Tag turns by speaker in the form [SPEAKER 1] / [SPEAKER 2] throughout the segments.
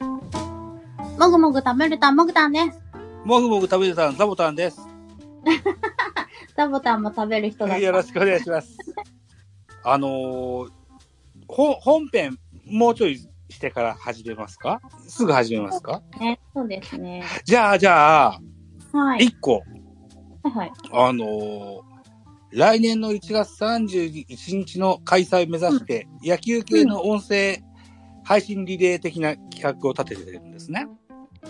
[SPEAKER 1] もぐもぐ食べるたんもぐたんです。
[SPEAKER 2] もぐもぐ食べてたん、サボタンです。
[SPEAKER 1] サボタンも食べる人だ
[SPEAKER 2] は
[SPEAKER 1] っ
[SPEAKER 2] い、
[SPEAKER 1] た。
[SPEAKER 2] よろしくお願いし ます。あのー、ほ本編、もうちょいしてから始めますかすぐ始めます か
[SPEAKER 1] ね、そうですね。
[SPEAKER 2] じゃあ、じゃあ、
[SPEAKER 1] はい。
[SPEAKER 2] 一個、
[SPEAKER 1] はいはい。
[SPEAKER 2] あのー、来年の1月31日の開催目指して、野球系の音声配信リレー的な企画を立ててるんですね。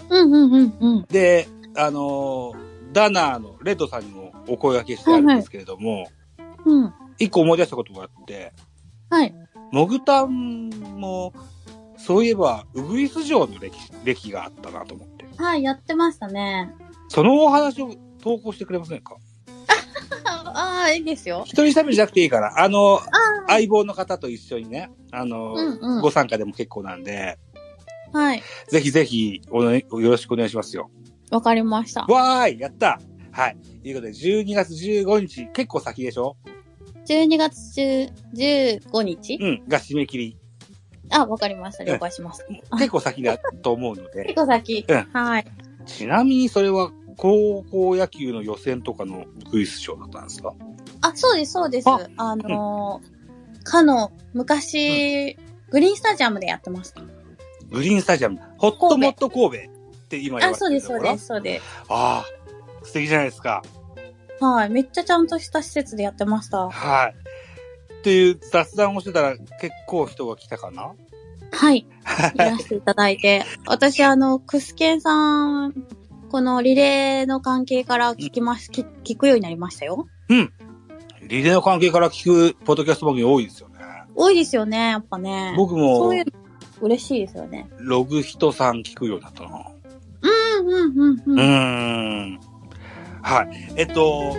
[SPEAKER 1] うんうんうんうん。
[SPEAKER 2] で、あのーダナーのレッドさんにもお声掛けしてあるんですけれども、
[SPEAKER 1] うん。
[SPEAKER 2] 一個思い出したことがあって、
[SPEAKER 1] はい。
[SPEAKER 2] モグタンも、そういえば、ウグイス城の歴史歴があったなと思って。
[SPEAKER 1] はい、やってましたね。
[SPEAKER 2] そのお話を投稿してくれませんか
[SPEAKER 1] ああ、いいですよ。
[SPEAKER 2] 一人喋りじゃなくていいから、あの、
[SPEAKER 1] あ
[SPEAKER 2] 相棒の方と一緒にね、あの、
[SPEAKER 1] うんうん
[SPEAKER 2] ご参加でも結構なんで、
[SPEAKER 1] あ、はい。
[SPEAKER 2] ぜひぜひおね、よろしくお願いしますよ。
[SPEAKER 1] わかりました。
[SPEAKER 2] わーいやったはい。ということで、12月15日、結構先でしょ
[SPEAKER 1] 12月中15日
[SPEAKER 2] うん、が締め切り。
[SPEAKER 1] あ、わかりました。了解します。
[SPEAKER 2] 結構先だと思うので
[SPEAKER 1] 結。構先。
[SPEAKER 2] うん
[SPEAKER 1] はい。
[SPEAKER 2] ちなみにそれは高校野球の予選とかのウグイス賞だったんですか
[SPEAKER 1] あ、そうです、そうです。
[SPEAKER 2] あ
[SPEAKER 1] あ、のーかの、昔、グリーンスタジアムでやってました。
[SPEAKER 2] グリーンスタジアム、ホットモット神戸って今
[SPEAKER 1] あ、
[SPEAKER 2] 言われてる。
[SPEAKER 1] そうです、そうですす、そうです。
[SPEAKER 2] ああ、素敵じゃないですか。
[SPEAKER 1] はい。めっちゃちゃんとした施設でやってました。
[SPEAKER 2] はい。っていう雑談をしてたら結構人が来たかな
[SPEAKER 1] はい。いらしていただいて。私、あの、クスケンさん、このリレーの関係から聞きます、聞聞くようになりましたよ。
[SPEAKER 2] リレーの関係から聞くポッドキャスト番組多いですよね。
[SPEAKER 1] 多いですよね、やっぱね。
[SPEAKER 2] 僕も
[SPEAKER 1] そういうの嬉しいですよね。
[SPEAKER 2] ログヒトさん聞くようになったな。
[SPEAKER 1] うんうんうん
[SPEAKER 2] う
[SPEAKER 1] うん。
[SPEAKER 2] ーん。はい。えっと、